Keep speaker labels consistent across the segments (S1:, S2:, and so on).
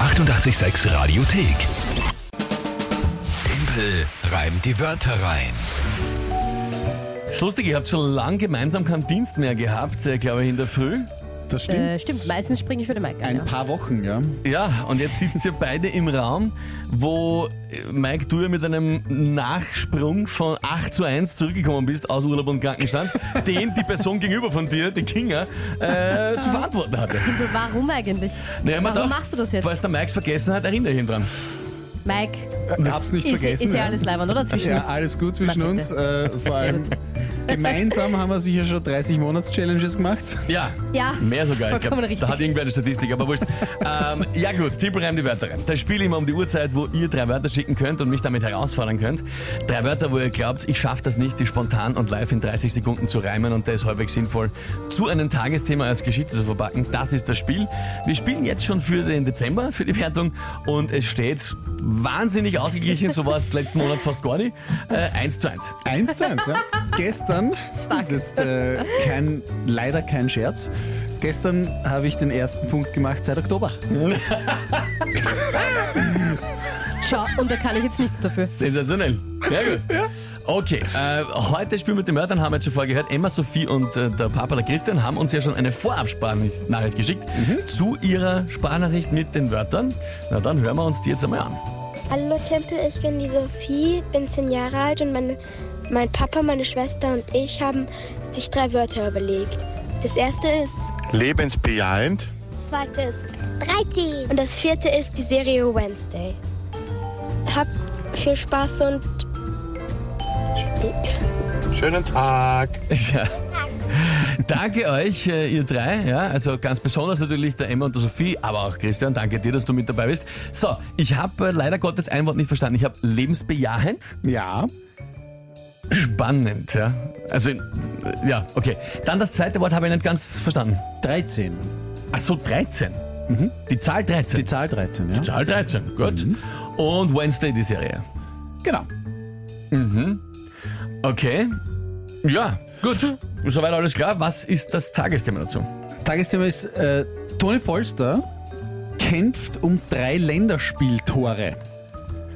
S1: 886 Radiothek. Tempel reimt die Wörter rein.
S2: Das ist lustig, ihr habt schon lange gemeinsam keinen Dienst mehr gehabt, äh, glaube ich, in der Früh.
S3: Das stimmt.
S4: Äh, stimmt, meistens springe ich für den Mike ein.
S3: Ein
S4: Ja.
S3: paar Wochen, ja.
S2: Ja, und jetzt sitzen sie beide im Raum, wo äh, Mike, du ja mit einem Nachsprung von 8 zu 1 zurückgekommen bist aus Urlaub und Krankenstand, den die Person gegenüber von dir, die Kinga, äh, zu verantworten hatte.
S4: Warum eigentlich?
S2: Naja, man
S4: Warum
S2: dachte,
S4: machst du das jetzt?
S2: Falls der Mike's vergessen hat, erinnere ich ihn dran.
S4: Mike,
S3: Ich hab's nicht
S4: ist,
S3: vergessen.
S4: ist ja alles leibend, oder? Zwischen
S3: Ja,
S4: uns.
S3: alles gut zwischen
S4: Na,
S3: uns. Äh, vor
S4: Sehr
S3: allem
S4: gut.
S3: gemeinsam haben wir sicher schon 30 Monats-Challenges gemacht.
S2: Ja.
S4: Ja,
S2: Mehr sogar. Ich
S4: vollkommen richtig.
S2: da hat irgendwer eine Statistik, aber wurscht. ähm, ja gut, Tippel reimt die Wörter rein. Das Spiel immer um die Uhrzeit, wo ihr drei Wörter schicken könnt und mich damit herausfordern könnt. Drei Wörter, wo ihr glaubt, ich schaffe das nicht, die spontan und live in 30 Sekunden zu reimen und der ist häufig sinnvoll, zu einem Tagesthema als Geschichte zu verpacken. Das ist das Spiel. Wir spielen jetzt schon für den Dezember, für die Wertung und es steht wahnsinnig ausgeglichen, so war es letzten Monat fast gar nicht, äh, 1 zu 1.
S3: 1 zu 1, ja. Gestern, das ist jetzt äh, kein, leider kein Scherz, gestern habe ich den ersten Punkt gemacht seit Oktober.
S4: Schau, und da kann ich jetzt nichts dafür.
S2: Sensationell. Sehr gut. Okay, äh, heute spielen wir mit den Mörtern, haben wir jetzt schon vorher gehört. Emma, Sophie und äh, der Papa, der Christian, haben uns ja schon eine Vorabsprachnachricht geschickt zu ihrer Sprachnachricht mit den Wörtern. Na dann hören wir uns die jetzt einmal an.
S5: Hallo Tempel, ich bin die Sophie, bin zehn Jahre alt und meine, mein Papa, meine Schwester und ich haben sich drei Wörter überlegt. Das erste ist,
S6: Lebensbejahend,
S5: das zweite ist 13 und das vierte ist die Serie Wednesday. Habt viel Spaß und
S6: schönen Tag.
S2: Ja. Danke euch, äh, ihr drei. Ja, also ganz besonders natürlich der Emma und der Sophie, aber auch Christian. Danke dir, dass du mit dabei bist. So, ich habe äh, leider Gottes ein Wort nicht verstanden. Ich habe lebensbejahend.
S3: Ja,
S2: Spannend, ja. Also, äh, ja, okay. Dann das zweite Wort habe ich nicht ganz verstanden.
S3: 13.
S2: Ach so, 13. Die Zahl 13.
S3: Die Zahl 13, ja.
S2: Mhm. Zahl Mhm. 13, gut. Und Wednesday die Serie.
S3: Genau.
S2: Okay. Ja, gut. Soweit alles klar. Was ist das Tagesthema dazu?
S3: Tagesthema ist, äh, Toni Polster kämpft um drei Länderspieltore.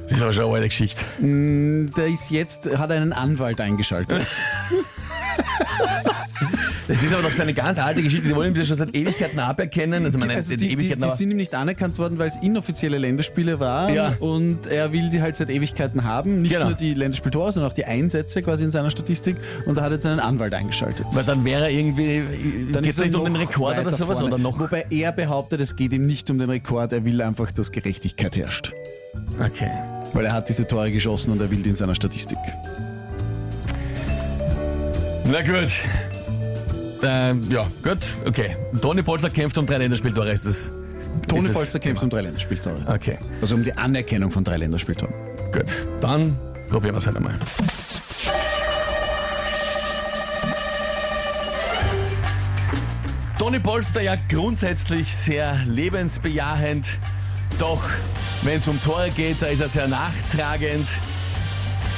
S2: Das ist aber schon eine alte Geschichte.
S3: Der ist jetzt, hat einen Anwalt eingeschaltet.
S2: Das ist aber doch so eine ganz alte Geschichte. Die wollen wir schon seit Ewigkeiten aberkennen. Also, meine,
S3: Also
S2: die,
S3: die, die,
S2: Ewigkeiten
S3: die
S2: aber-
S3: sind ihm nicht anerkannt worden, weil es inoffizielle Länderspiele waren
S2: Ja.
S3: und er will die halt seit Ewigkeiten haben. Nicht
S2: Genau.
S3: nur die Länderspieltore, sondern auch die Einsätze quasi in seiner Statistik und da hat jetzt einen Anwalt eingeschaltet.
S2: Weil dann wäre er irgendwie. Dann geht es
S3: er
S2: nicht um den
S3: noch
S2: Rekord
S3: weiter
S2: oder sowas?
S3: vorne.
S2: Oder noch.
S3: Wobei er behauptet, es geht ihm nicht um den Rekord, er will einfach, dass Gerechtigkeit herrscht.
S2: Okay.
S3: Weil er hat diese Tore geschossen und er will die in seiner Statistik.
S2: Na gut. Ähm, ja, gut, okay. Toni Polster kämpft um drei Länderspieltore, ist das.
S3: Toni
S2: das-
S3: Polster kämpft um drei Länderspieltore.
S2: Okay,
S3: Also um die Anerkennung von drei Länderspieltoren.
S2: gut. Dann probieren wir es halt einmal. Toni Polster ja grundsätzlich sehr lebensbejahend, doch wenn es um Tore geht, da ist er sehr nachtragend.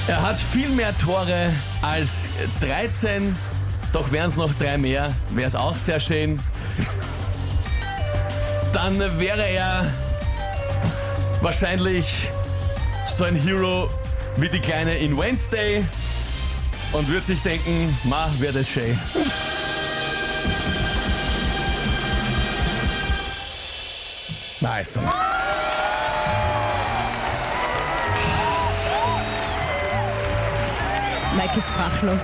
S2: Er hat viel mehr Tore als 13, doch wären es noch drei mehr, wäre es auch sehr schön. Dann wäre er wahrscheinlich so ein Hero wie die Kleine in Wednesday und würde sich denken, ma, wäre das schön. Nice. Thomas.
S4: Mike ist sprachlos.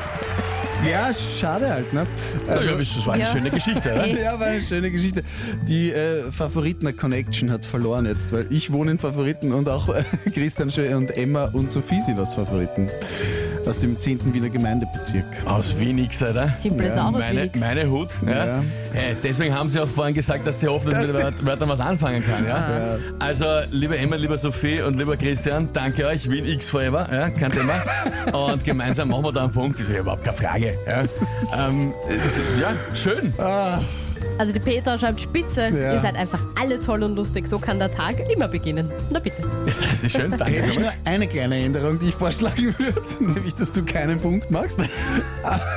S3: Ja, schade halt, ne?
S2: Ja, das war eine
S4: Ja.
S2: schöne Geschichte, oder?
S4: Hey.
S3: Ja, war eine schöne Geschichte. Die äh, Favoritener Connection hat verloren jetzt, weil ich wohne in Favoriten und auch äh, Christian Schö und Emma und Sophie sind aus Favoriten. Aus dem 10. Wiener Gemeindebezirk.
S2: Aus Wenig's, oder?
S4: Timpel ist auch aus
S2: Meine,
S4: Felix.
S2: meine Hut. Ja.
S3: Ja.
S2: Hey, deswegen haben sie auch vorhin gesagt, dass sie hoffen, dass ich mit den Wört- Wörtern was anfangen kann. Ja? Also, liebe Emma, lieber Sophie und lieber Christian, danke euch. Wien X Forever, ja, kein Thema. und gemeinsam machen wir da einen Punkt. Das ist ja überhaupt keine Frage. Ja, ähm, äh, ja schön.
S4: Also die Petra schreibt Spitze.
S3: Ja.
S4: Ihr seid einfach alle toll und lustig. So kann der Tag immer beginnen. Na bitte.
S2: Das ist schön, danke.
S3: Hätte ich nur
S2: vielmals.
S3: eine kleine Änderung, die ich vorschlagen würde, nämlich, dass du keinen Punkt machst.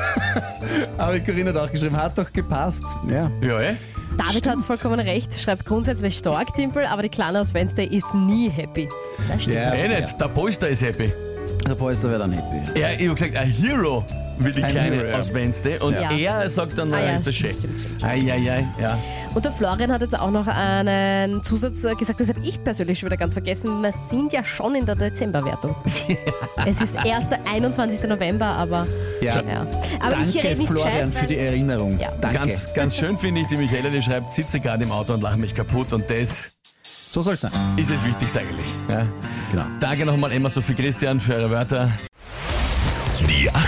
S3: Aber Corinne hat auch geschrieben, hat doch gepasst. Ja.
S2: Ja, eh?
S4: David hat vollkommen recht, schreibt grundsätzlich stark, Timpel, aber die Kleine aus Wednesday ist nie happy. Das stimmt.
S3: Ja,
S2: Eh nicht, der Polster ist happy.
S3: Der Polster wäre dann happy.
S2: Ja, ich hab gesagt, ein Hero will die
S3: Ein
S2: Kleine
S3: Hero, ja.
S2: aus Wednesday und
S4: Ja.
S2: er sagt dann,
S4: Ah
S2: naja,
S4: ja,
S2: ist das schön.
S4: stimmt, stimmt, stimmt.
S2: Eieiei, ja.
S4: Und der Florian hat jetzt auch noch einen Zusatz äh, gesagt, das habe ich persönlich schon wieder ganz vergessen. Wir sind ja schon in der Dezemberwertung. es ist erst der 21. November, aber.
S3: Ja.
S4: Ja. Aber
S3: Danke,
S4: ich rede nicht
S3: Florian,
S4: gescheit,
S3: für die
S4: weil-
S3: Erinnerung.
S4: Ja.
S3: Danke.
S2: Ganz, ganz schön finde ich, die Michaela, die schreibt, sitze gerade im Auto und lache mich kaputt und das
S3: so soll es sein.
S2: ist das Wichtigste eigentlich. Ja.
S3: Genau.
S2: Danke nochmal Emma Sophie Christian für eure Wörter.
S1: Die